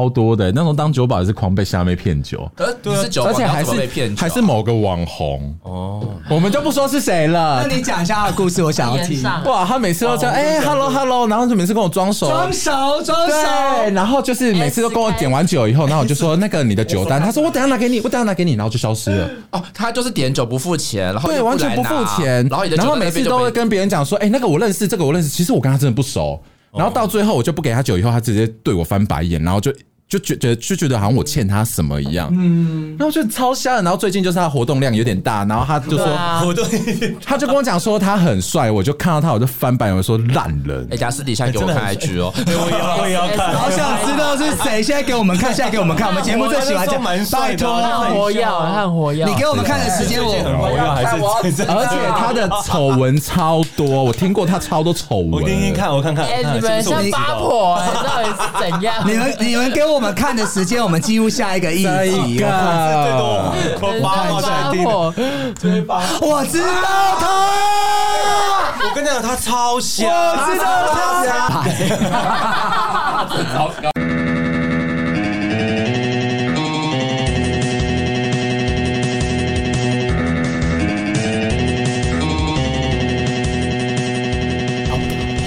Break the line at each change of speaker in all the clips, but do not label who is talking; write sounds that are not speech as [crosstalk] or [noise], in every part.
超多的、那时候当酒保也是狂被虾妹骗酒，
可
啊
是你是酒保，
而且
你要
还
怎
是
么被骗酒啊，
还是某个网红哦，我们就不说是谁了
那。你讲一下他的故事，我想要
很
听哦
严。上
哇，他每次都叫哎、h e l l o hello，然后就每次跟我装熟，
装熟，装
对，
熟，
然后就是每次都跟我点完酒以后，然后我就说那个你的酒单，他说我等一下拿给你，我等一下拿给你，然后就消失了。
哦，他就是点酒不付钱，然后
对，
又
完
来
全不付
拿
钱。
然后你的酒在
每
那
次
边就
都会
被
跟别人讲说，哎、那个我认识，这个我认识，其实我跟他真的不熟。
哦
然后到最后我就不给他酒，以后他直接对我翻白眼，然后就。就觉得就觉得好像我欠他什么一样，嗯，然后我就超瞎的。然后最近就是他活动量有点大，然后他就说，
啊
我都
他就跟我讲说他很帅，我就看到他我就翻白眼，我说烂人
哎，，等下私底下给我
真的
看
很
IG 哦，
我也要，我也要看。
好想知道是谁。现在给我们看，现在给我们看，我们节目最喜欢这样。
蛮
拜
帅的
托，
啊，
很活药，他很活药。
你给我们看的时间，
最近很活
我
跃，还是
我要
真的
而且他的丑闻超多，我听过他超多丑闻。
我听听看，我看看。
哎，
看
你们
是不是我
像
知道
八婆，哎到底是怎样？
[laughs]
你们你们给我们看的时间，我们进入下一个议
下一
题。
哦 [laughs]
最多
个，
我八号在
八
听的。
婆，
追八号
我知道他，
我跟你讲，他超香，
我知道他。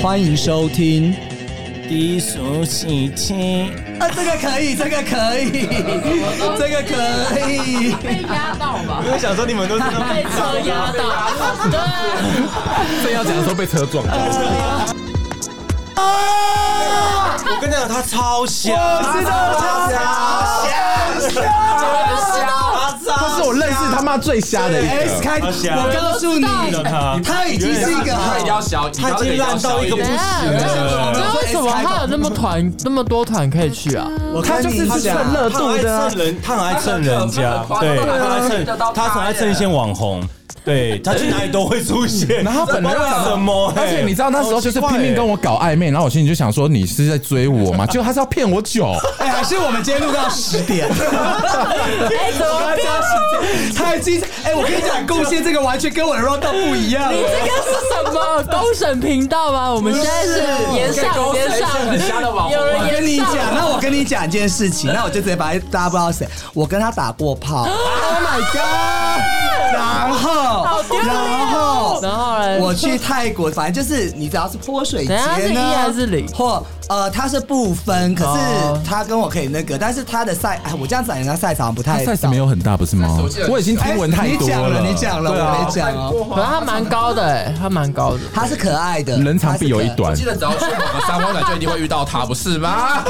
欢迎收听
低俗喜庆，
啊，这个可以，这个可以，这个可以。
被压到吧？
我想说你们都是
[laughs]
那
被
么
车压到，对，
正要讲的时候被车
[laughs]
撞到。
啊
我跟你讲，他超香，我
知道他
香，
他是我认识他妈最瞎的一
哎 S
个。
哎
开，我告诉你，
他
他已经是一个
他一定要小，你
他
要这
已
个
经
一定要
烂
小
到
一
一个不
点
等一
行
下，
了。
这为什么他有那么团那么多团可以去啊？
我跟你讲，
他很
啊
爱蹭人，他很爱蹭人家，对，他很爱蹭，他很爱蹭一些网红，对他去哪里都会
[laughs]
出现。
然后本来
为什么？哎
而且你知道那时候就是拼命跟
我
我搞暧昧，然后我心里就想说你是在追我 [laughs] 吗？结果他是要骗我酒，
哎，还是我们今天录到十点。
哎，怎么变？
他已经，哎，我跟你讲，贡献这个完全跟我的 round 不一样
你。这个是什么公审频道吗？我们现在是延上延上，有人
我跟
延
你
上
讲，。那我跟你讲一件事情，那我就直接把大家不知道谁，我跟他打过炮。Oh my god！然后
好丢，脸
然后，
然后嘞
我去泰国，反正就是你只要是泼水节
等一下是一
呢，
还是零
或呃，他是不分，可
哦
是他跟我可以那个，但是他的赛，哎，我这样讲人家赛场不太
赛事没有很大不是吗？我已经
哎
听闻太
你
多
讲了，你讲了，
对啊
我没讲哦。
可是他蛮高的哎，他蛮高的。
他是可爱的，
人长必有一短
我记。得只要去某个三温暖就一定会遇到他，不是吗？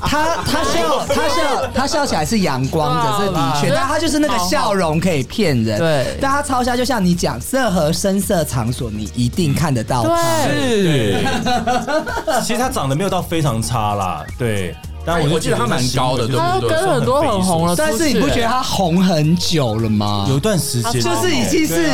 他他笑，他笑，他笑起来是阳光
[laughs] 哇
的，这的确，
哇
但他就是那个笑容可以骗人。
啊对
但他超笑，就像你讲，任何深色场所你一定看得到他。
对，
是，
哎其实他长得没有到非常差啦，对，但我就
哎我记得他蛮高的，对
他
不
都
对？
跟很多很红了出去，
但是你不觉得他红很久了吗？
有一段时间啊
就是已经是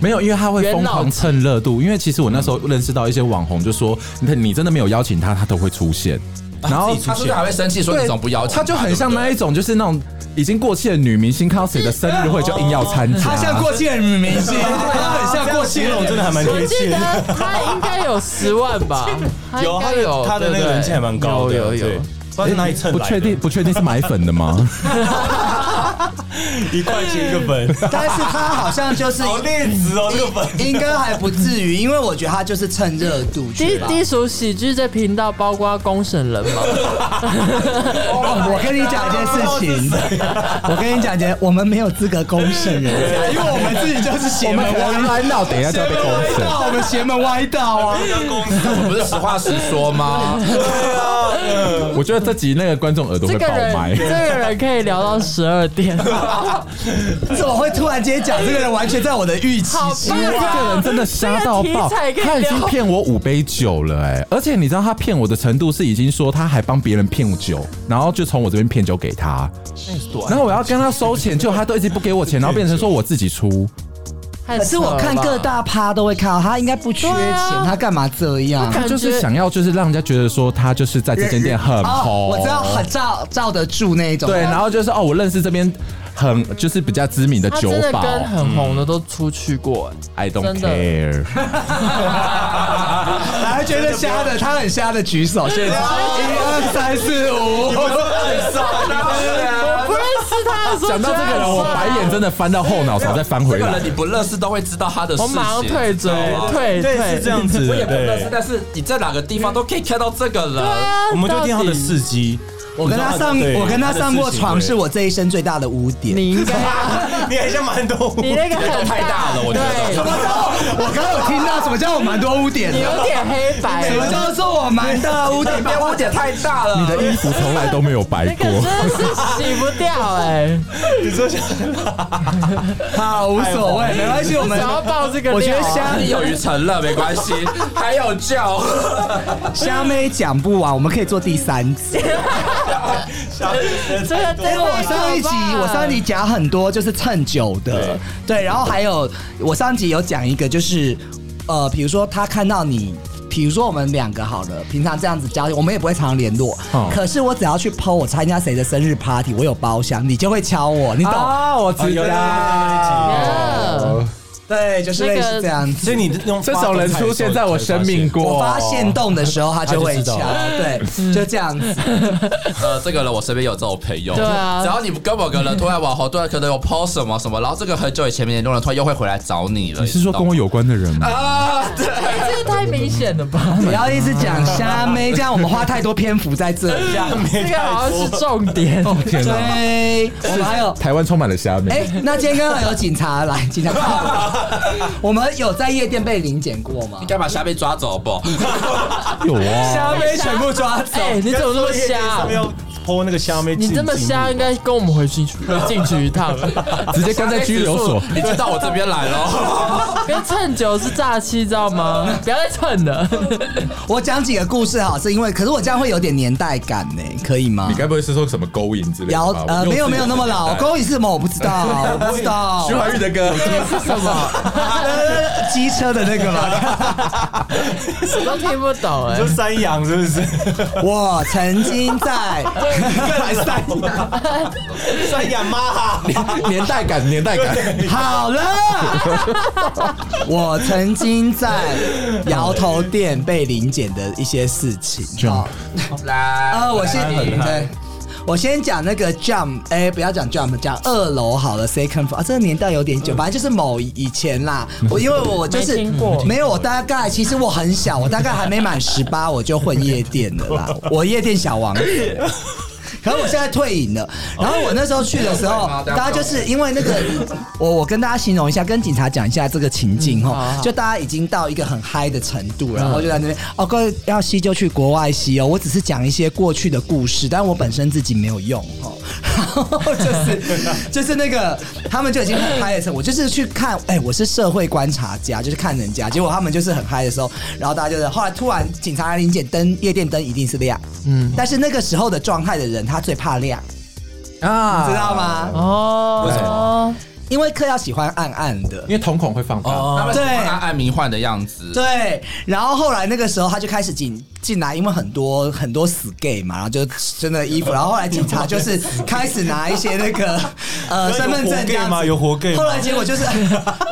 没有，因为他会疯狂蹭热度，因为其实我那时候认识到一些网红，就说你你真的没有邀请他，他都会出现。然后
他是不是还会生气说你
对
怎么不邀请？
他就很像那一种，就是那种已经过气的女明星，看到谁的生日会就硬要参加。
他像过气的女明
啊
星，
啊
他很像过气
形
的
容
人
真的还蛮
我
贴
记
切
得
的。
他应该有十万
[laughs]
吧？
有
应
他
该有
的他的
对
那
不
个
对
人气还蛮高的，
有有
对
有
不。知道是哪里蹭
不
来的，
确定，不确定是买粉的吗？ [laughs]
一块钱一个
[laughs]
粉，
但是他好像
[laughs]
就是
好劣质哦，这个粉。
应该还不至于，因为我觉得他就是趁热度去
低 [laughs]
吧。
低俗喜剧这频道包括公审人
[laughs]
嘛？
哦我跟你讲 [laughs] 一件事情，我跟你讲一件，我们没有资格公审人家， [laughs] 因为我们自己就是邪
哎我们可能
歪
弯到，等一下就要被公审。
道，我们邪门歪道 [laughs] 啊！
我不是实话实说吗？
[laughs] 我觉得这集那个观众耳朵
这
会
个
爆
人
麦
这。个人可以聊到十二
[laughs]
点，
你怎么会突然间讲这个人完全在我的预期
好
之
因
棒
为
外？
这个人真的瞎到爆，
这个题材可以
他已经骗我五杯酒了哎、而且你知道他骗我的程度是已经说他还帮别人骗酒，然后就从我这边骗酒给他，
哎
然后我要跟他收钱，结果他都一直不给我钱，然后变成说我自己出，
太
可是
扯了
我看
吧
各大趴都会看到，他应该不缺
对啊
钱，他干嘛这样？
他就是想要就是让人家觉得说他就是在这间店很
哦
红，
我知道很罩罩得住那一种。
对，然后就是哦，我认识这边很就是比较知名的
他
酒
真的
保
跟很红的都出去过，
，I don't
真的
care。
[laughs] 来，觉得瞎的，他很瞎的举手，现在一二三四五，
我不认识他的时候
讲到这个人，我哦白眼真的翻到后脑勺，再翻
这
回
个人
来。
你不认识都会知道他的事
我
情，
马上退走
对，
哎
退
对，
退
是这。样子
我也
的，
不认识，
对，
但是你在哪个地方都可以看到这个
对
人。
啊，
我们就一定要
到底
他的事迹。
我跟他上，
对
我跟他上过床，是
我。
我这一生最大的污点。
你应该，
[laughs] 你好像蛮多，
你
[laughs]
那个很
太大了我觉得
对
我刚刚有听到什么叫我蛮多污点
你有
的，
点黑白
什么
了。
叫做我蛮大的污点？
别误解太大了，
你的衣服从来都没有白
那个
过，
真的是洗不掉哎，
你说
[laughs]
像
好，无所
哎
谓，没关系，我
为
们
什么要爆这个料啊？
我觉得瞎
你有余承了，没关系，还有救。
虾妹讲不完，我们可以做第三集。
这个真
因为
的
我上一集，我上一集讲很多就是蹭酒的，对，然后还有我上一集有讲一个就是，呃，比如说他看到你。比如说我们两个好了，平常这样子交流，我们也不会常联络。
哦
可是我只要去 PO 我参加谁的生日 party，我有包厢，你就会敲我，你懂？
啊，我
哎
知
有
哦哎
道。
对，就是类
那
似
个
这样子。
所以你用
这种人出现在我生命过，
我发现动的时候，他就会敲，对，就这样子。
呃，这个人我身边有这种朋友，
对啊
只要你跟某个人突然网红，突然可能有 post 什么什么，然后这个很久以前联络的人突然又会回来找你了。
你是说跟
你
我有关的人
啊
吗？
这个太明显了吧？
不要一直讲虾妹，这样我们花太多篇幅在这里。
[laughs] 这个好像是重点。
天哪！
对，我们还有
台湾充满了虾米。
哎、那今天刚好有警察来，警察看我，我们有在夜店被临检过吗
应？该把虾妹抓走不？
有啊，
虾妹全部抓走，
哎，你怎么这么瞎
[laughs] 上？面要泼那个虾妹，
你这么瞎，应该跟我们回去进去一趟。
直接关在拘留所。
你就到我这边来了。
[laughs] 跟蹭酒是诈欺，知道吗？不要再蹭了。
我讲几个故事好，是因为，可是我这样会有点年代感呢、可以吗
你？该不会是说什么勾引之类
然
的
后
吧？
呃，没有没有那么老，勾引是什么我不知道，我不知道
徐。怀钰的歌，
是什么？
机车的那个吧，
我都听不懂哎
就。山羊是不是？
[laughs] 我曾经在，
来山羊，山羊妈
啊
[laughs] 哈，
年代感，年代感。
[laughs] 好了，我曾经在摇头店被临检的一些事情。好
来，
[laughs] 呃，我先对，我先讲那个 jump，哎、不要讲 jump，讲二楼好了，second floor 啊，这个年代有点久，反正就是某以前啦。我因为我就是嗯
没听过
没有，我大概其实我很小，我大概还没满十八，我就混夜店的啦，我夜店小王子。 [laughs] 可是我现在退隐了，然后我那时候去的时候，哦大家就是因为那个，我我跟大家形容一下，跟警察讲一下这个情境哈，就大家已经到一个很嗨的程度，然后就在那边哦，各位要吸就去国外吸哦，我只是讲一些过去的故事，但我本身自己没有用哦。 [laughs] 然后 [laughs] 就是就是那个，他们就已经很嗨的时候，我就是去看，哎、我是社会观察家，就是看人家。结果他们就是很嗨的时候，然后大家就是后来突然警察来临检，灯夜店灯一定是亮，嗯，但是那个时候的状态的人，他最怕亮，
啊
知道？吗？
哦，
因为课要喜欢暗暗的，
因为瞳孔会放大，
他们喜
对
欢按迷幻的样子。
对，然后后来那个时候他就开始进进来，因为很多很多死 gay 嘛，然后就真的衣服，然后后来警察就是开始拿一些那个呃
有
身份证这
活 gay
样子
吗有活 gay 吗
后来结果就是，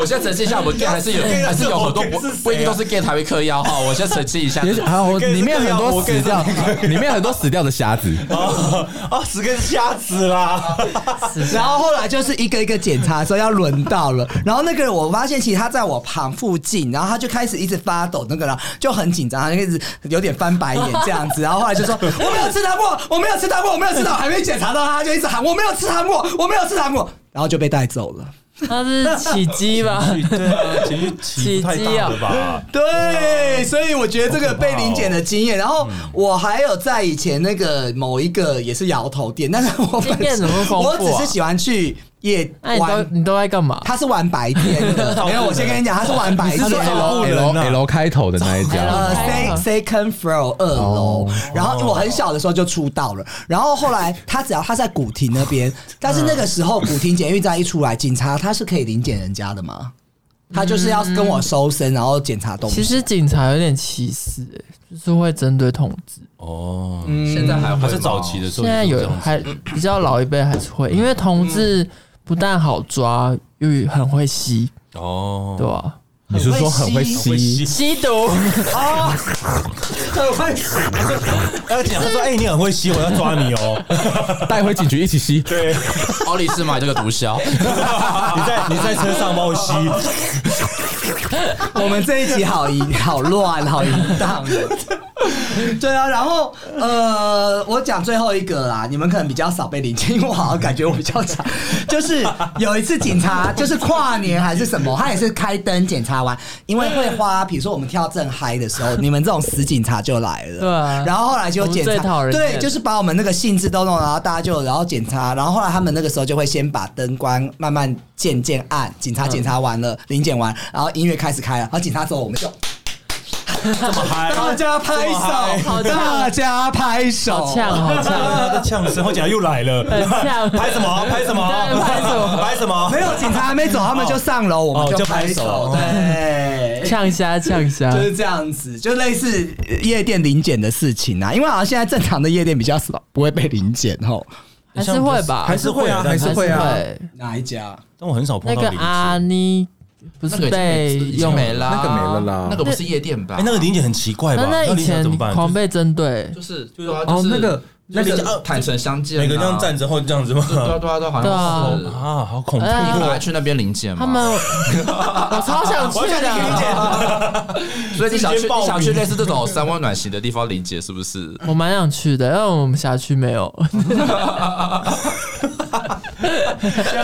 我先澄清一下，我们 gay 还 [laughs] 是有，还是有很多不
是谁啊
不一定都是 gay 才会嗑药哈。我先澄清一下，
也许还有里面很多死掉，里面很多死掉的瞎子。
[laughs] 哦哦，十个瞎子啦，
[laughs]
[laughs] 然后后来就是一个一个检查的时候要轮到了，然后那个人我发现其实他在我旁附近，然后他就开始一直发抖，那个人就很紧张，他就一直有点翻白眼这样子， [laughs] 然后后来就说我没有吃糖果，我没有吃糖果，我没有吃糖果，还没检查到他，他就一直喊我没有吃糖果，我没有吃糖果，然后就被带走了。
那是起鸡吧？
对 [laughs] 啊，情绪起太
啊
大了吧？
对，所以我觉得这个被临检的经验，然后我还有在以前那个某一个也是摇头店，但是我本
经验
身
怎么丰富
我
啊
只是喜欢去夜
那你都
玩，
你都在干嘛？
他是玩白天的，没有，我先跟你讲，他是玩白天
是
的。
照
L
顾人
L
啊
L 开头的那一
呃
家，
哦
，second second floor 二楼，然后我很小的时候就出道了，然后后来他只要他在古亭那边，但是那个时候古亭检狱站一出来，警察他是可以临检人家的嘛，他就是要跟我搜身，然后检查东西。
其实警察有点歧视、欸，就是会针对同志。
哦，
嗯现在还会吗
还是早期的时
现
候，
在有还比较老一辈还是会，因为同志不但好抓，又很会吸，
哦，
对吧、
你是说很会吸？
吸毒，
很会吸，而且他说：“哎，你很会吸，我要抓你 [laughs] 哦。
带回警局一起吸”？
对，
奥利是买这个毒枭，
你在你在车上帮我吸，
[laughs] 我们这一集好
[laughs]
淫、好乱、好淫荡哦。对啊，然后呃，我讲最后一个啦，你们可能比较少被聆听，因为我好像感觉我比较长。 [laughs] 就是有一次警察，就是跨年还是什么，他也是开灯检查完，因为会花，比如说我们跳正嗨的时候，你们这种死警察就来了。
对啊
然后后来就检
我们
查，
最讨人
对，
厌
就是把我们那个性质都弄，然后大家就然后检查，然后后来他们那个时候就会先把灯关，慢慢渐渐暗，警
嗯
察检查完了，临检完，然后音乐开始开了，然后警察走，我们就。
这么嗨，
大家拍手，
好呛
大家拍手，
[laughs] 好呛，好呛，
他的呛声，我讲又来了，
很呛
拍什么？拍什么？
对拍什么
拍什么？
没有警察还没走，他们就上楼，我
哦
们
就
就
拍
拍
手
手，对。
[laughs] 呛啊虾，呛虾
就。是这样子，就类似夜店临检的事情啊，因为好像现在正常的夜店比较少，不会被临检吼。
还是会吧，
还是会啊，还是会啊。
哪一家？
但我很少
那
碰到
个啊
邻居。
阿妮不
那
是
个已经
被
已经
用
没啦，
那个没了啦
那个不是夜店吧？
哎，那个林姐很奇怪吧？
那那
那
以
林姐
前
怎么办？
狂被针对，
就是就是啊，就
哦
是，
那个
那
那个
个坦诚相见啊，
每个这样站着后这样子吗？
对
[laughs]
啊，对啊，对啊，好像
对
是。
啊，好恐怖！
哎
你
呀
本来去那边临检吗？
他们
[laughs]
[laughs] 我超想去的，
[laughs] 所以你想去
直接报
你
名
想去类似这种三温暖型的地方临检，是不
[laughs]
是？
我蛮想去的，因为我们辖区没有。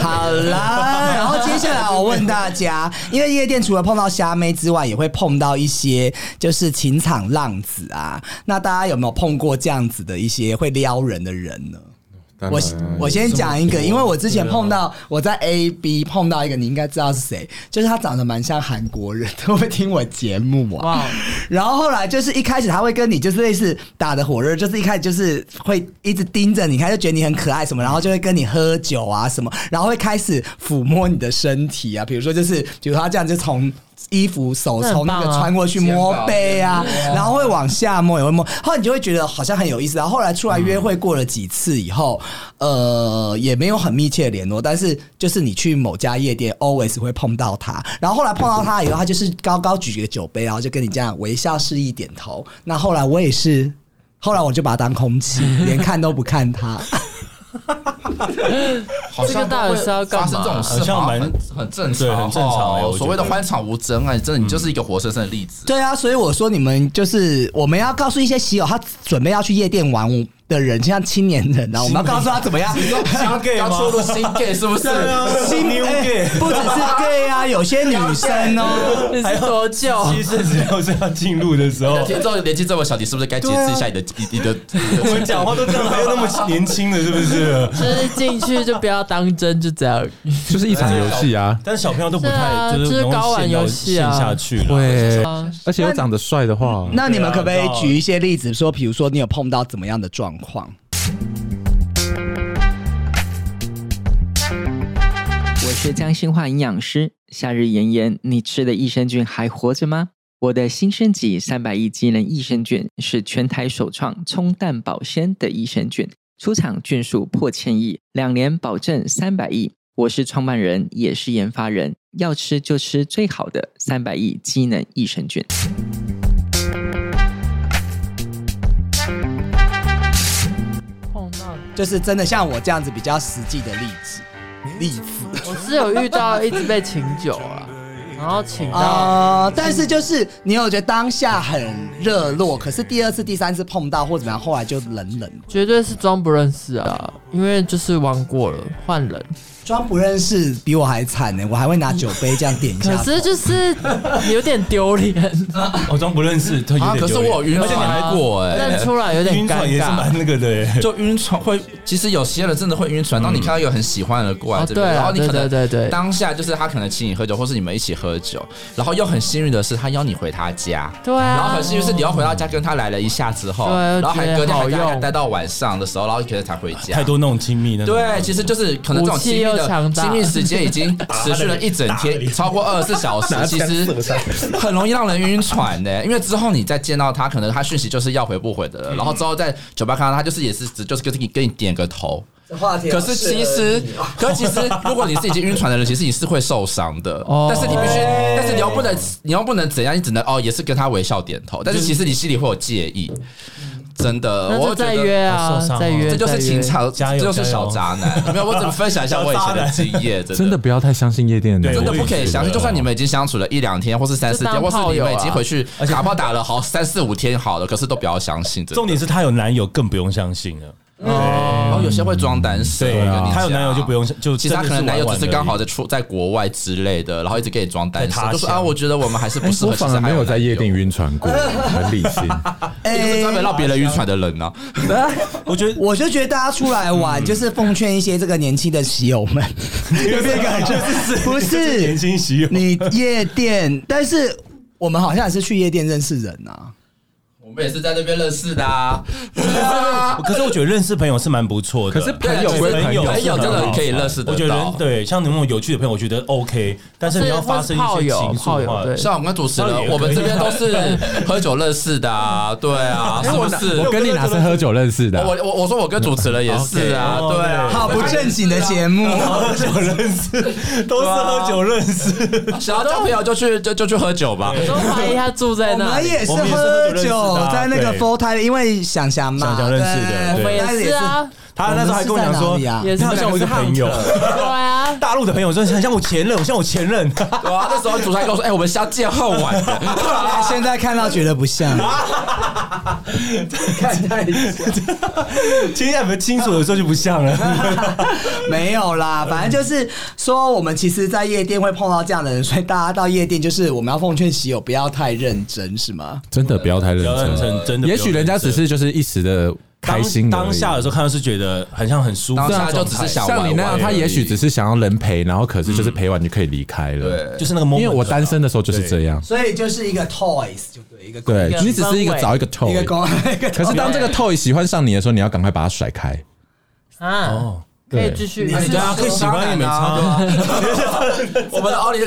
好啦，然后接下来我问大家， [laughs] 因为夜店除了碰到虾妹之外，也会碰到一些就是情场浪子啊。那大家有没有碰过这样子的一些会撩人的人呢？啊
嗯
我我先讲一个，因为我之前碰到我在 A B 碰到一个，你应该知道是谁，就是他长得蛮像韩国人， [laughs] 会不会听我节目啊？
哇，
然后后来就是一开始他会跟你就是类似打的火热，就是一开始就是会一直盯着你看，就觉得你很可爱什么，然后就会跟你喝酒啊什么，然后会开始抚摸你的身体啊，比如说就是比如说他这样就从。衣服手
那
从
很棒
那
啊
个穿过去摸背啊，然后会往下摸，也会摸，后来你就会觉得好像很有意思。然后后来出来约会过了几次以后，呃，也没有很密切的联络，但是就是你去某家夜店，always 会碰到他。然后后来碰到他以后，他就是高高举个酒杯，然后就跟你这样微笑示意点头。那后来我也是，后来我就把他当空气，连看都不看他。 [laughs]
好像
这个到底是要干
发
嘛
生这种事，
好像蛮
很很正常，
对很正常哎我
哦
觉得
所谓的欢场无真爱，真的你就是一个活生生的例子。
对啊，所以我说你们就是我们要告诉一些喜友，他准备要去夜店玩的人，像青年人啊，我们要告诉他怎 [laughs] 么
[laughs]
样。
新 gay
刚
吗？啊
出入新 gay 是
[laughs]
不是？
新 new
哎
gay，
不只是 gay [laughs] 啊，有些女生哦、
[laughs] 你是多久？
[laughs] 其实只有是要进入的时候
你的，听众 [laughs] 年纪这么小，你是不是该解释一下你的你你的？你
啊我
的
们讲话都这样，还有那么年轻的，是不是？
就是进去就不要当真，就这样。
就是一场游戏啊，
但是小朋友都不
是啊
太，就
就是
容易
高玩
陷到
游戏啊
陷下去了。
对，
啊
而且又长得帅的话，
那你们可不可
对
以
啊
举一些例子，说比如说你有碰到怎么样的状况？
我是江新化营养师。夏日炎炎，你吃的益生菌还活着吗？我的新生级三百亿机能益生菌是全台首创冲淡保鲜的益生菌，出厂菌数破千亿，两年保证三百亿。我是创办人，也是研发人，要吃就吃最好的三百亿机能益生菌。
碰到
就是真的像我这样子比较实际的例子，例子
我是有遇到一直被请酒啊，然后请到
啊、但是就是你有觉得当下很热络，可是第二次、第三次碰到或怎么样，后来就冷冷
绝对是装不认识啊，因为就是玩过了换人，
装不认识，比我还惨呢、我还会拿酒杯这样点一下
可
头。
是就是有点丢脸，
我哦装不认识，他有
啊，
点
可是
丢
我
脸
有晕
而且你还
船过哎，
认出来有点
晕
尴
船也是
尬。
蛮那个的 [laughs] 欸。
就晕船会，其实有些人真的会晕船。当你看到一个很喜欢的人过来
哦
这边，
对啊
然后你可能
对对对对
当下就是他可能请你喝酒，或是你们一起喝酒，然后又很幸运的是他邀你回他家，
对啊
然后很幸运是你要回到家跟他来了一下之后，
对啊
然后还隔天还
觉得好
待
用
待到晚上的时候，然后可能才回家。
太多那种亲密的，
啊对，其实就是可能这种亲密
武器又
的
强大
亲密时间已经持续了一整
[laughs]
天，超过二十四小时，其实很容易让人晕船的、因为之后你再见到他，可能他讯息就是要回不回的了，然后之后在酒吧看到他，就是也是只就是跟你跟你点个头，
话题
可是其实，可是其实，如果你是已经晕船的人，其实你是会受伤的。
哦
但是你必须，但是你又不能，你又不能怎样，你只能哦，也是跟他微笑点头。但是其实你心里会有介意，真的。
那
我会
就
觉
再
得
约
好
啊
受伤哦，
再约，
这就是情场，
加
这
油
就是
加油
小渣男。没有，我只能分享一下我以前的经验，
真的
的。
不要太相信夜店的男
对
真
人，
的不可以相信，就算你们已经相处了一两天，或是三四天，或是
啊
你们已经回去打炮打了好三四五天好了，可是都不要相信。真的
重点是她有男友，更不用相信了。
嗯
然后有些会装单身，
对
我跟
啊
你，讲
她有男友就不用，就
其实他可能男友只是刚好在
在
出在国外之类的，然后一直给你装单
在
身，
他
就说
乡
啊，我觉得我们还是不
哎
适合。
我反而没有在夜店晕船 [laughs] 过，很理性。
其
哎
实哎还有男友，你就是专门让别人晕船的人啊呢、
我觉得
我就觉得大家出来玩，就是奉劝一些这个年轻的喜友们，有这个就是不是
年轻喜友
你夜店，但是我们好像也是去夜店认识人啊。
我们也是在那边认识的 [laughs] 啊，啊
可是我觉得认识朋友是蛮不错的，
可是
对啊
朋友
其实
归
朋
朋
友
友，
是
朋友真的
很好
可以认识得
我觉得人
到
对像你那种有趣的朋友，我觉得 OK，但是你要发生一
或
些
是炮友
情愫
炮
的
友
话，
对
像我们跟主持
那也可
人，
以
我们这边都是喝酒认识的啊，对啊，是不是？
我跟你哪是喝酒认识的啊？
我我我说我跟主持人也是啊，
OK，
对啊，
好不正经的节目，
喝酒认识，都是喝酒认识。
想要交朋友就去就就去喝酒吧。
都怀疑他住在
我
那
们
里。
也是
我们也是
喝
喝酒认识的
酒
啊，
在那个
对
full time，因为想想嘛，
想想认识的
对
对
但
也是啊，
他那时候还跟我讲
我
说，
们是在哪里啊
你好像我一个朋友，
对啊，
大陆的朋友，真的很像我前任，我像我前任。 [laughs]
对啊，那时候主持人还跟我说，哎，我们是要见后晚的， [laughs]
现在看到觉得不像，看太像
其实你们清楚的时候就不像 [laughs] 了。
[laughs] 没有啦，反正就是说，我们其实，在夜店会碰到这样的人，所以大家到夜店就是我们要奉劝喜友不要太认真，是吗？
真的不要太认
不要认真真的不
也
要
许人家只是就是一时的开心而已
当下的时候看到是觉得很像很舒服，
当下就只是想玩
像你那样，
玩
他
而已
也许只是想要人陪，然后可是就是陪完就可以离开了。
对，
就是那个
因
moment。
为我单身的时候就是这样，
所以就是一个 toys，就对一个
对
一个
你只是一个
氛围
找一个
一
toy，
个公 [laughs] 一个 toy。
可是当这个 toy 喜欢上你的时候，你要赶快把它甩开。
啊，可以继续。
对啊，可以喜欢也没差。啊
我们的奥利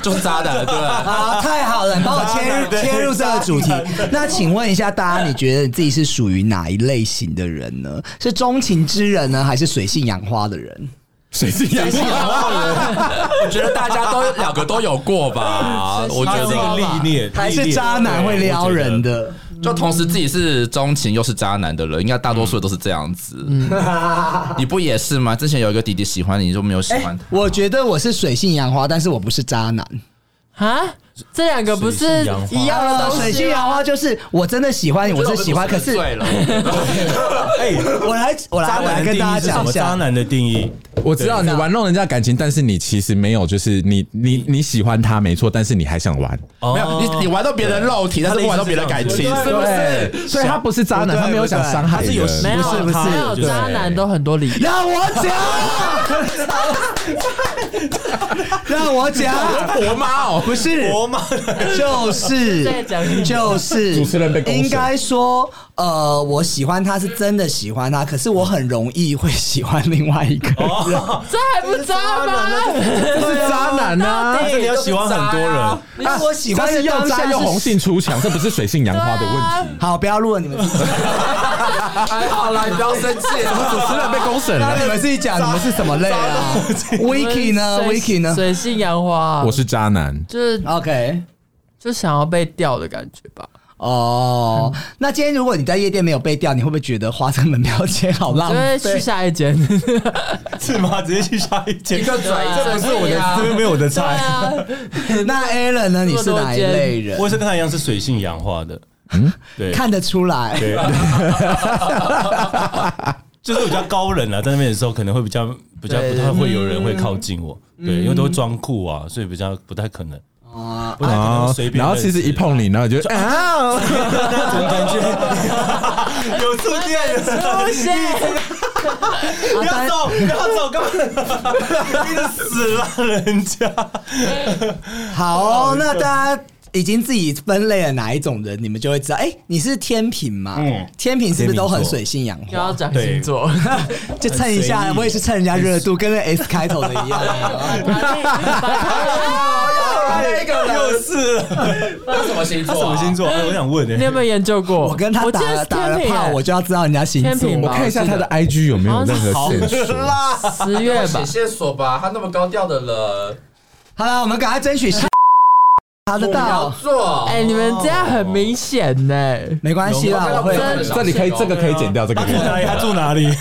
就是渣男，对 [laughs] 吧？
好，太好了，你帮我切 [laughs] 入切入这个主 [laughs] 题。那请问一下大家，你觉得你自己是属于哪一类型的人呢？是钟情之人呢，还是水性杨花的人？
谁是养
我觉得大家都两个都有过 [laughs] 吧，我觉
他是一个
得
历练，
还是
历练
渣男会撩人？的？
就同时自己是钟情又是渣男的人，应该大多数都是这样子。
嗯
[laughs] 你不也是吗？之前有一个弟弟喜欢你，你就没有喜欢他。
哎我觉得我是水性杨花，但是我不是渣男。
啊，这两个不是一样的东西吗
水性杨花就是我真的喜欢你，我是喜欢，可是
醉了，
[laughs]
我觉 [laughs] 得哎，
我来我来
渣
我来
男的
跟
定
大
义是
家
什
讲一
么？渣
下。
男的定义，
我知道你玩弄人家感情，但是你其实没有，就是你你你喜欢他没错，但是你还想玩，
没
哦
有你，你玩到别人肉体，但是不玩到别人感情，是不是？
对，所以他不是渣男，
不对
他没有想伤害
不对
人
他是有
没有，
不是不是
没有
就是
渣男都很多理由。
让我讲，让我讲，
我妈哦，
不是
我妈
就是
在讲什么
就是
主持人被公审
应该说，呃，我喜欢他是真的喜欢他，可是我很容易会喜欢另外一个人。
这还不渣吗？
这是渣男啊呐。
啊
啊
但是你要喜欢很多人，
那我喜
但
欢
是
的
又
当下
渣又
是
红杏出墙，这不是水性杨花的问题。
好，不要录了，你们自己
还好啦，你不要生气。
主持人被公审
讲，你
了，
们自己讲，你们是什么类啊？Wiki 呢
水
？Wiki 呢
水性杨花，
我是渣男，
就是
？OK。
就想要被吊的感觉吧。
哦，那今天如果你在夜店没有被调，你会不会觉得花这个门票钱好浪
就会去
费？
下一间。 [laughs]
是吗？直接去下一间，
一个转移，
这不是我的
这边没有我的菜。
啊
啊
那 Alan 呢？你是哪一类人？
我也是跟他一样是水性杨花的，对，
看得出来，
对， [laughs] 就是比较高冷啊，在那边的时候可能会比较比较不太会有人会靠近我，对，因为都会装酷啊，所以比较不太可能，不太可能随便
然
认识啊。
后其实一碰你，然后你就啊，
怎么感觉 [laughs] 有触电了？
出现，
不要走，不要走，干 [laughs] 嘛？啊一直死拉人家。哦
好哦、那大家。已经自己分类了哪一种人，你们就会知道，哎、你是天平嘛？
嗯
天平是不是都很水性杨
又要
花？
讲星座，
就蹭一
很
下，
随意
我也是蹭人家热度，跟那 S 开头的一
[laughs]
样。
那个又是，那什么星
他什么星？座？哎我想问
你有
哎，
没有研究过？
我跟他
我记
打
得
了
是
打了
天
炮，我
平啊
就要知道人家星
天
座。
平吧
我看一下他的 IG 有没有任何线索。
十月
写，
吧
线索吧，他那么高调的人，
好了，我们赶快争取查得
不要
到，
做。
哎，你们这样很明显呢。
没关系啦，我会。哎
真
这里可以，这个可以剪掉，这个
他
可
住
以剪
哪里？他
掉。
住哪里？
跟五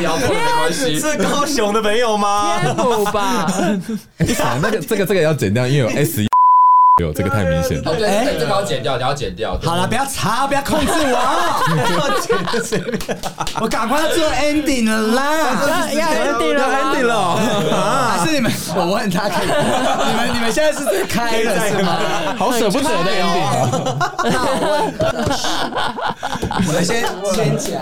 爻没关系。
[laughs] 是高雄的朋友
哦
吗？
天母吧，
[laughs]
啊 [laughs] 那个这个这个要剪掉，因为有 S 有这个太明显了。
哦，对，这个这个要剪掉，你要剪掉。
好了，不要查，不要控制 [laughs] 我，我赶快要做 ending 了啦，
要 ending 了吗
[laughs] 要 ending 了，还是你们？我问他 [laughs] 可以，你们你们现在是在开了是
[laughs]
吗？
好舍不得的 ending，哦
我们先先讲，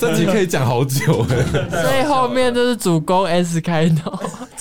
这集可以讲好久哎。
所以后面就是主攻 S 开头，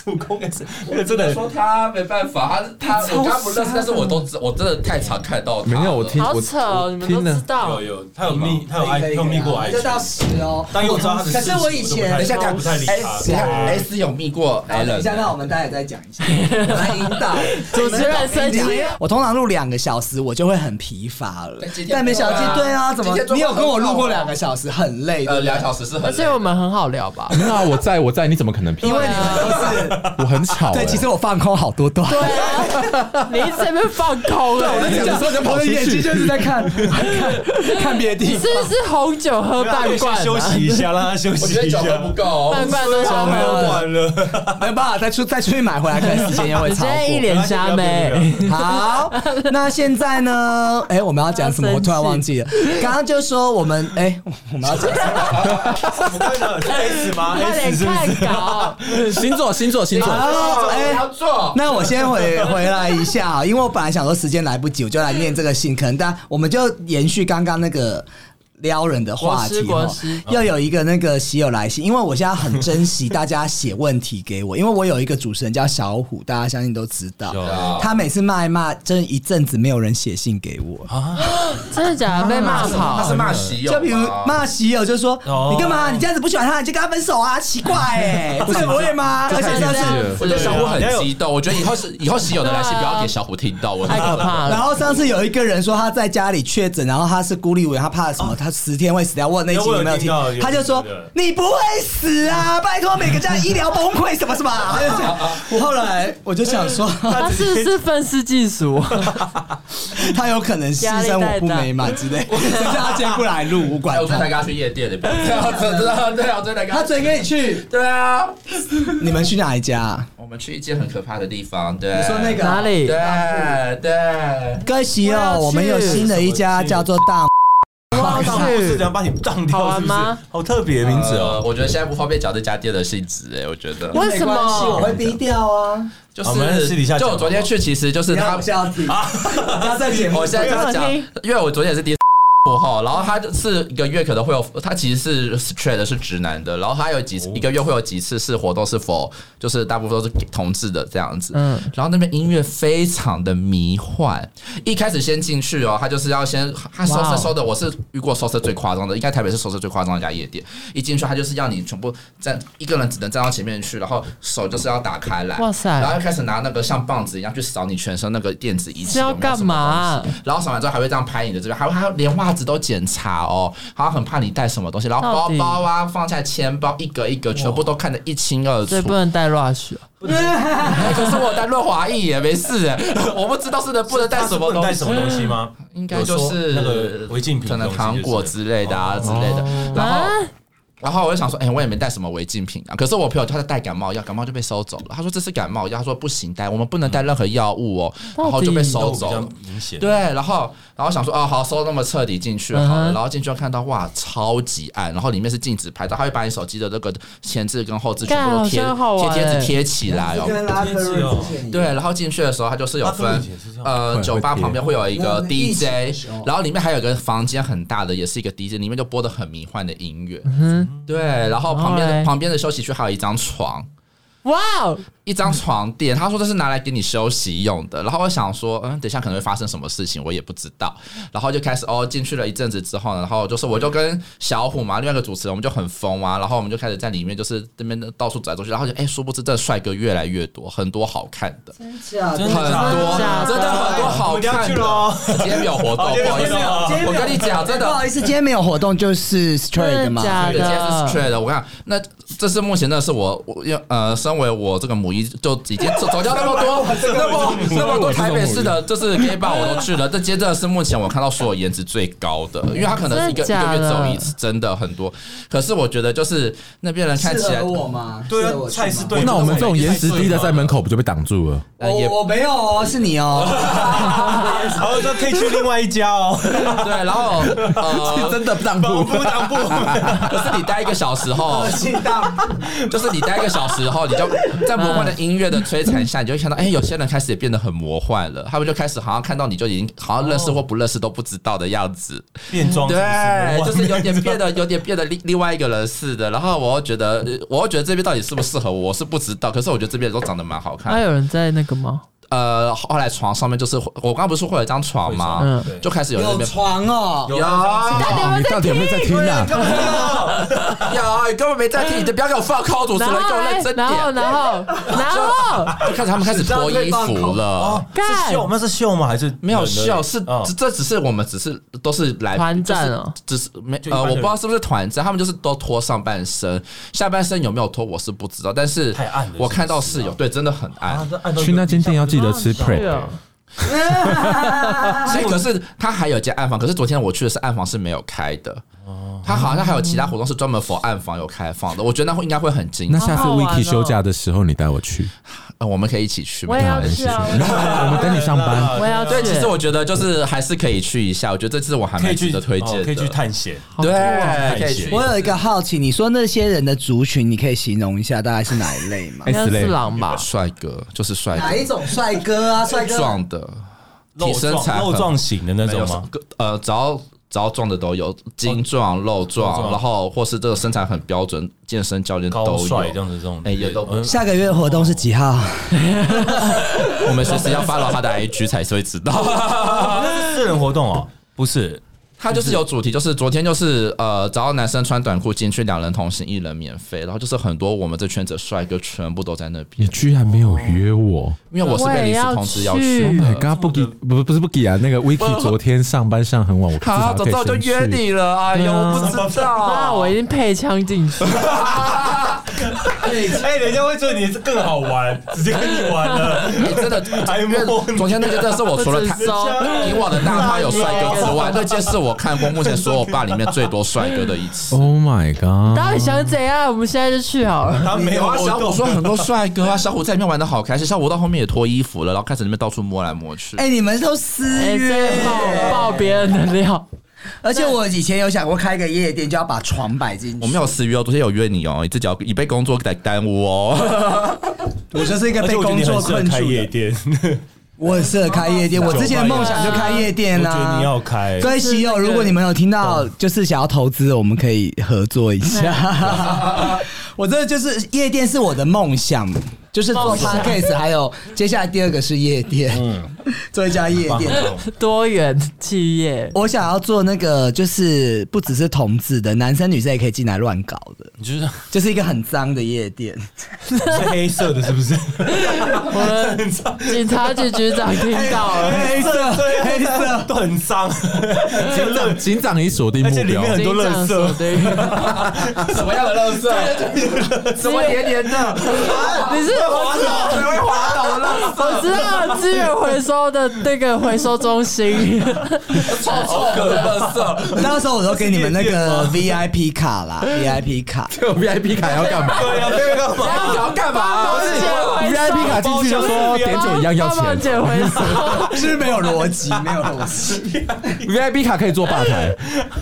主公也是，那个真的很
说他没办法，他他我刚不认识，但是我都知，我真的太常看到他。
[laughs] 没有，我听
好
我
扯哦，你们都
听了
知道
有。有，他有密，他有爱，有密过爱
就
情。
到十哦。
但又知道他的
可是我以
事情
前
我
等一下，
不太理
哎
他。
S
对
S 有密过
好等一下，
Allen，
那我们待会再讲一下，我来引导
主持人生气
我们我通常录两个小时，我就会很疲乏了
但今。天
但没想
不
到
会啊
今，对啊，怎么
今天状况
你有跟我录
很好
过
啊
两个小时，很累
呃，
的，
两小时是很
而
累。
且我们很好聊 [laughs] 吧？
没有啊，我在我在，你怎么可能
因
骗我？
为
啊
你们都是
我很吵。
对，
哎
其实我放空好多段。对
你 [laughs] 一直在那边放空哎、
在讲的时候你就跑
[laughs] 我
出
的
去
眼睛就是在看看看别的地
你
方
是。不是红酒喝
让他
半罐、啊？
先休息一下，让他休
我
息
觉得
一
脚
下。
分不够，哦
半罐都消
没有
喝了。
完了，
没有办法再出再出去买回来，可能时间也会
你
超
现 [laughs] 在一
过。
脸瞎妹，
好，那现在呢？哎、我们要讲什么？我突然忘记了。刚刚就说我们哎、我们要讲什么？
我
[laughs]
看到是 S 吗
快点
？S 是不
看
是？
稿。
星座星座星座，
好，哎、
要 [laughs] 做。
那我先回回来一下啊，因为我本来想说时间来不及，我就来念这个信，可能但我们就延续刚刚那个。撩人的话题
国
哦
师国师，
要有一个那个喜友来信，因为我现在很珍惜大家写问题给我，因为我有一个主持人叫小虎，大家相信都知道
有，
他每次骂一骂，真的一阵子没有人写信给我，
真的假的？被
他
骂 [laughs] 跑
是？骂喜友，
就比如骂喜友，就说
哦
你干嘛？你这样子不喜欢他，你就跟他分手啊？奇怪哎，这个不会
哦啊
吗？而且上次
我觉得小虎很
啊
激动，我觉得以后是以后喜友的来信不要给小虎听到，我
太可怕了！
然后上次有一个人说他在家里确诊，然后他是孤立无援，他怕什么？他十天会死掉。我那集
有我有
有没有
听到有
他就说
有有
你不会死啊，拜托每个家医疗崩溃什么什么啊。他就这样我后来我就想说，
他是不是愤世嫉俗？啊
他有可能是生我不美满之类，谁叫他今天不来录，我
哎，
管
我昨天才
他。
跟他去夜店的，对啊，真的对啊，真的。
他昨天跟你去，
对啊，
你们去哪一家啊？
我们去一间很可怕的地方，对，
你说那个
哪里？
对对，
哥喜
我要
哦，
去
我们有新的一家叫做大
我
大幕是这
去。
样把你当
好啊
掉，
玩
是不是
吗？
好特别的名字
呃
哦。
我觉得现在不方便讲这家店的性质，哎，我觉得
为什
没关系我
么？
会低调啊，
就
我们
是
私底下讲
就我昨天去，其实就是
不要
他
不，要提，不要在节
[laughs]
目
我现在跟他讲
我想听，
因为 [laughs] 我昨天也是第一次后，然后他是一个月可能会有，他其实是 t r a 的是直男的，然后他有几
哦
一个月会有几次是活动是否就是大部分都是同志的这样子，嗯
嗯，
然后那边音乐非常的迷幻，一开始先进去哦，他就是要先他收
哇哦
拾收的，我是遇过收拾最夸张的，应该台北是收拾最夸张的一家夜店，一进去他就是要你全部站一个人只能站到前面去，然后手就是要打开来，
哇塞
然后开始拿那个像棒子一样去扫你全身那个电子仪器
是要
有没有什么
干嘛
东西然后扫完之后还会这样拍你的这边，还会还会连袜子都检查哦，好像很怕你带什么东西，然后
到
包
底
包啊放下钱包一格一格全部都看得一清二楚
所以。不能带 rush 哦。
哎可是我带润滑液也没事 [laughs] 哎，我不知道是能不能带什么
他是不能
东
带
西
什，么东西吗？
呃应该就是
那个违禁品哦
可能糖果之类的啊之类的，然后
啊。，
然后我就想说，哎、我也没带什么违禁品啊。可是我朋友他在带感冒药，感冒就被收走了。他说这是感冒药，他说不行带，我们不能带任何药物哦，
到底
然后就被收
都比
走
较
了。
明显。
对，啊然后然后想说，哦，好，收那么彻底进去好
嗯
了，
哼
然后进去就看到哇，超级暗，然后里面是禁止拍照，他会把你手机的那个前置跟后置全部都贴
干好像好玩
贴贴
欸
纸贴起来哦。
跟拉克瑞之前一样
对，然后进去的时候，它就是有
拉
分
菲也是这样
呃
会
酒吧
会贴
旁边会有一个
那疫情的
DJ，
时候
然后里面还有一个房间很大的，也是一个 DJ，里面就播的很迷幻的音乐。
嗯，
对，然后旁边
然后嘞
的旁边的休息区还有一张床，
哇哦，
嗯一张床垫，他说这是拿来给你休息用的。然后我想说，嗯，等一下可能会发生什么事情，我也不知道。然后就开始哦，进去了一阵子之后呢，然后就是我就跟小虎嘛，另外一个主持人，我们就很疯啊，然后我们就开始在里面就是那边到处走来走去，然后就哎，殊不知这帅哥越来越多，很多好看的，
假
真
很
的假
多
假的，
真的很多好
我们要
看
去
的
了哦。
今天没有活动，
哦今
不好
天没
意
有
思
活动，
我跟你讲，真
不
的
好意思，今天没有活动，就是 straight 的嘛。
假
对，今天是
的，
straight 的。我跟你讲，那这是目前，那是我我要呃，身为我这个母一，就已经走走掉那么
[laughs]
多，那么那么多台北市的，就是 gay bar 我都去了。这接着是目前我看到所有颜值最高的，因为他可能是一个一
真的
个
假的
月走一次，真的很多。可是我觉得就是那边人看起来，
吗？
对啊
适合我去吗
菜是对
那我们这种颜值低的在门口不就被挡住了？
呃也
我我没有哦，是你
[laughs]
哦。
然后说可以去另外一家哦，
对，然后呃，
[laughs] 真的当铺
不当不，
[laughs] 可是你待一个小
[laughs]
时后，
心大，
[laughs] 就是你待一个小时后，你就在魔幻的音乐的摧残下，你就会看到，哎、有些人开始也变得很魔幻了，他们就开始好像看到你就已经好像认识或不认识都不知道的样子，
变装
对，就是有点变得有点变得另另外一个人似的。然后我又觉得，呃我又觉得这边到底适不适合我，我是不知道。可是我觉得这边都长得蛮好看
还
的。
有人在那个吗？
呃，后来床上面就是我刚不是会有一张床吗？
嗯
就开始有人在那
有
边
床哦。
有啊
你到底有没有在听啊？
有，你根本没在听，你就不要给我放空，主持人
[laughs] 然
给
后
我
嘞
认真
然后
点。
然后然 [laughs] 后
就开始他们开始脱衣服了。
是
干
秀，那是秀吗？还是
哦没有笑，是
哦
这这只是我们只是都是来
团战哦，
就是只是没
就一
呃，
般的
我不知道是不是团战，他们就是都脱上半身，下半身有没有脱我是不知道，但是
太暗了
我看到是
是
有，
不
对，
是啊
真的很暗
啊。这按照
去那间店要记得
哦
吃
对
prep，
啊，
所以可是他还有一间暗房，可是昨天我去的是暗房是没有开的。
哦
他好像还有其他活动是专门 for 暗房有开放的，我觉得那会应该会很精
那
彩。
下次
好好玩
Vicky
哦
休假的时候你带我去，
呃我们可以一起去吗
我？也要去啊，
然后 [laughs] 我们等你上班。
我也要去。啊
对，其实我觉得就是还是可以去一下，我觉得这次我还
可
蛮
以
值
去哦
得推荐的，
可以去探险。
好酷哦
对，可以去。
我有一个好奇，你说那些人的族群，你可以形容一下大概是哪一类吗
哎？
应该是狼吧？
帅哥就是帅
哪一
哥，
种帅哥啊？帅哥
壮的，
肉
体身材
壮
很
肉壮型的那
没有
种吗？？
呃，只要只要壮的都有，精壮、肉
哦肉
壮，
壮
然后或是这个身材很标准，健身教练
高
都有
帅。这样子，这种
哎也都不
嗯
下个月的活动是几号？
我们随时要 follow 他的 IG 才是会知
[laughs]
道。
啊那是私人活动哦，
嗯
不是
他就是有主题，就是昨天就是呃，只要男生穿短裤进去，两人同行，一人免费，然后就是很多我们这圈子的帅哥全部都在那边
嗯
你，居然没有约我
因为我是被临时通知要去
我
！Oh
也
的。
my god，不给不不是不给啊，那个
[laughs]
Vicky 昨天上班上很晚，我不知道
好，早
他
知道就
可以
约
先去。
你了，哎呦，我不知
那
道，
啊我一定配枪进去，
哎，人家会觉得你是更好玩，直接跟你
[laughs]
玩了。
欸真
[laughs]
的，
还
因为
摸你
昨天那间真的是我除了台
不止收
以往的大咖有帅哥之
[laughs]
外，那间是我看过目前所有吧里面最多帅哥的一次。
Oh my god！
到底想怎样？我们现在就去好了。
他没有
啊，小
活
虎
动，
说很多帅哥啊，小虎在里面玩的好开心，小虎到后面也脱衣服了，然后开始那边到处摸来摸去。
哎，你们都私
哎，
约
这，爆爆别人的料，
而且我以前有想过开个夜店，就要把床摆进去。
我没有私约哦，昨天有约你哦，你自己要你被工作给耽误哦。
我就是一个
而
被
且我觉得
工
你
作
很适合
困
开
住
夜
的。
店，
我很适合开夜店，我之前的梦想就开夜店
[laughs] 我觉得你
啊。
要开。
各位喜友，如果你们有听到，就是想要投资的，我们可以合作一下。 [laughs] 我真的就是夜店是我的梦想，就是做 podcast，还有接下来第二个是夜店，
嗯
做一家夜店。
多元企业，
我想要做那个，就是不只是同志的，男生女生也可以进来乱搞的，
你就是
就是一个很脏的夜店。
[laughs] 是黑色的，是不是？
我
[laughs]
们警察局局长听到了，
黑色， [laughs] 黑色，
都
[laughs]
很脏，
警长，警长已锁定
而
目
且里
标 [laughs]
面。很多垃圾。
对，
什么样的乐色？什么黏黏的？
你是我知道，
会滑倒的乐色，
我知道资源回收的那个回收中心，
超臭的乐色。
到时候我都给你们那个 VIP 卡啦，VIP 卡。
这个 VIP 卡要干嘛
对呀，这个干嘛？
你要干嘛？
帮忙捡回收
？VIP 卡进去就说 [laughs] 点酒一样要
帮忙
钱
捡回
[laughs]
收，
是不是没有逻辑？没有逻辑。
，VIP 卡可以做吧
[laughs]
台，
[laughs]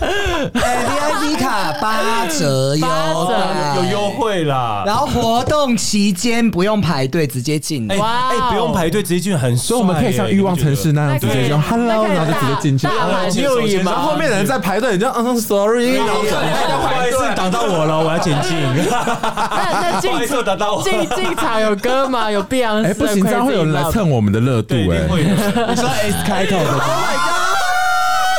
哎，VIP 卡八折优
八折
待，
有优惠啦。
哦
然后活动期间不用排队直接进
哎
来。
哇哦
哎，不用排队直接进很
所
帅耶，
以我们可以像欲望城市那样直接就
那可以
hello，
那可以
然后就直接进去。哦
大大喊
六姨
然
妈
后后面的人在排队，你就嗯 sorry，然后
不好意思挡到我了，我要前
[laughs]
进。
哎那那进
不好意思我打到我
进进场有歌吗？有碧昂斯？
哎不行，这样会有人来
蹭。
蹭我们的热度
对，一定
哎。
会有人。
你说 S 开头
[laughs]
的，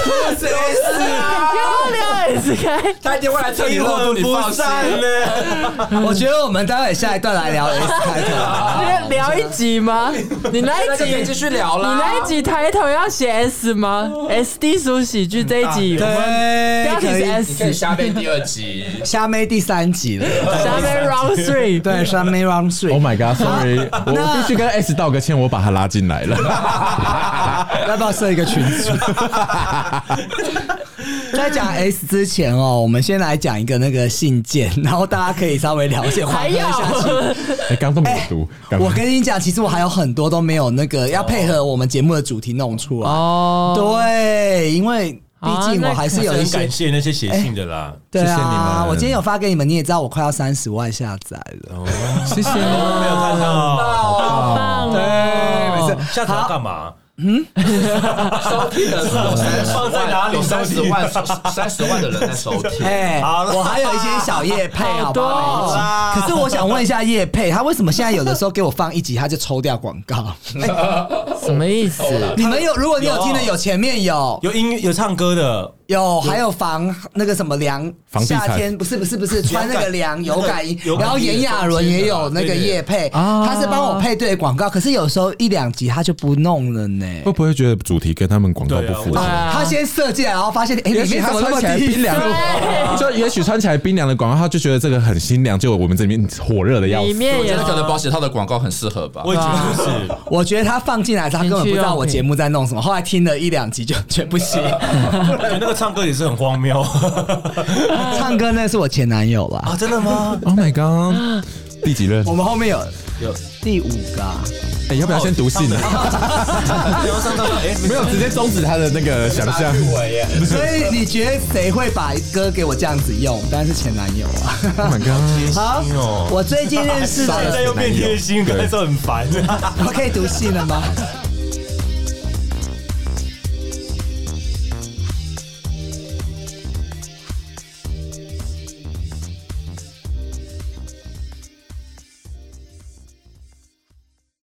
不要脸，是该
他一定会来蹭你
阴
热度，你
魂
放
不
心。
散呢。
我觉得我们待会下一段来聊 S 开头啊
[laughs]
的。
聊一集吗？你那一
那就可以继
集，
续聊
你
啦。
那一集抬头要写 S 吗？S D 俗喜剧这一集，标
对，
题
可
是
以。
啊你可以
S，
下背第二集，
虾妹第三集了，
下面 Round Three，
对，虾妹 Round
Oh
Three，
my [laughs] god，sorry，我我必须跟 S 道个歉，我把他拉进来 [laughs] 了。
要不要设一个群组？ [laughs] 在讲 S 之前哦，我们先来讲一个那个信件，然后大家可以稍微了解缓
还
和一
有
下情绪
哎，刚这么毒，刚
我跟你讲，其实我还有很多都没有那个要配合我们节目的主题弄出来。
哦，
对，因为毕竟我还是有一
很
些
感。谢那些写信的啦，
对
谢谢你
啊，
们。哦
我今天有发给你们，你也知道我快要三十万下载了。
谢谢你，
没有看到，
好棒
对，
哦！
没事。
下次要干嘛？
收听的有三十
放在哪
万，
里
有三十万，三十万的人在收听。
[laughs] 哎，
好了
我还有一些小叶配，好
好
不
多
好？
哦
可是我想问一下叶配，他为什么现在有的时候给我放一集，他就抽掉广告？
什么意思？
[laughs]
你们有？如果你有听的，有前面有
有音乐有唱歌的，
有，还有防那个什么凉，
防地
夏
毯
天不是不
[laughs]
是不是穿那个凉有感衣，
有感衣
然后炎亚纶也有那个叶配，
啊
他是帮我配对广告，可是有时候一两集他就不弄了呢。
会不会觉得主题跟他们广告不符
对
合？
啊
他先射进来，然后发现哎，
也
里
许
面
他
怎么那
穿
么
起来
低
冰凉
俗，
对
就也许穿起来冰凉的广告，他就觉得这个很新凉，就我们这边火热的要
里
死。
面
我觉
也
得可能保险套的广告很适合吧。
我也觉得就是。
我觉得他放进来，他根本不知道我节
哦
目在弄什么。后来听了一两集就全不行。
我觉得那个唱歌也是很荒谬
唱歌那是我前男友啦。
啊！真的吗？
Oh my god，第几任
我？们后面有
有
第五个啊，
哎，要不要先读信呢？
[laughs]
啊
然后上到哎，
没 [laughs] 有，直接终止他的那个想象。
所以你觉得谁会把歌给我这样子用？当然是前男友啊。
Oh my god，
好
心哦，
我最近认识 [laughs]
现在
的，
又变贴心，感受很烦。
我可以读信了吗？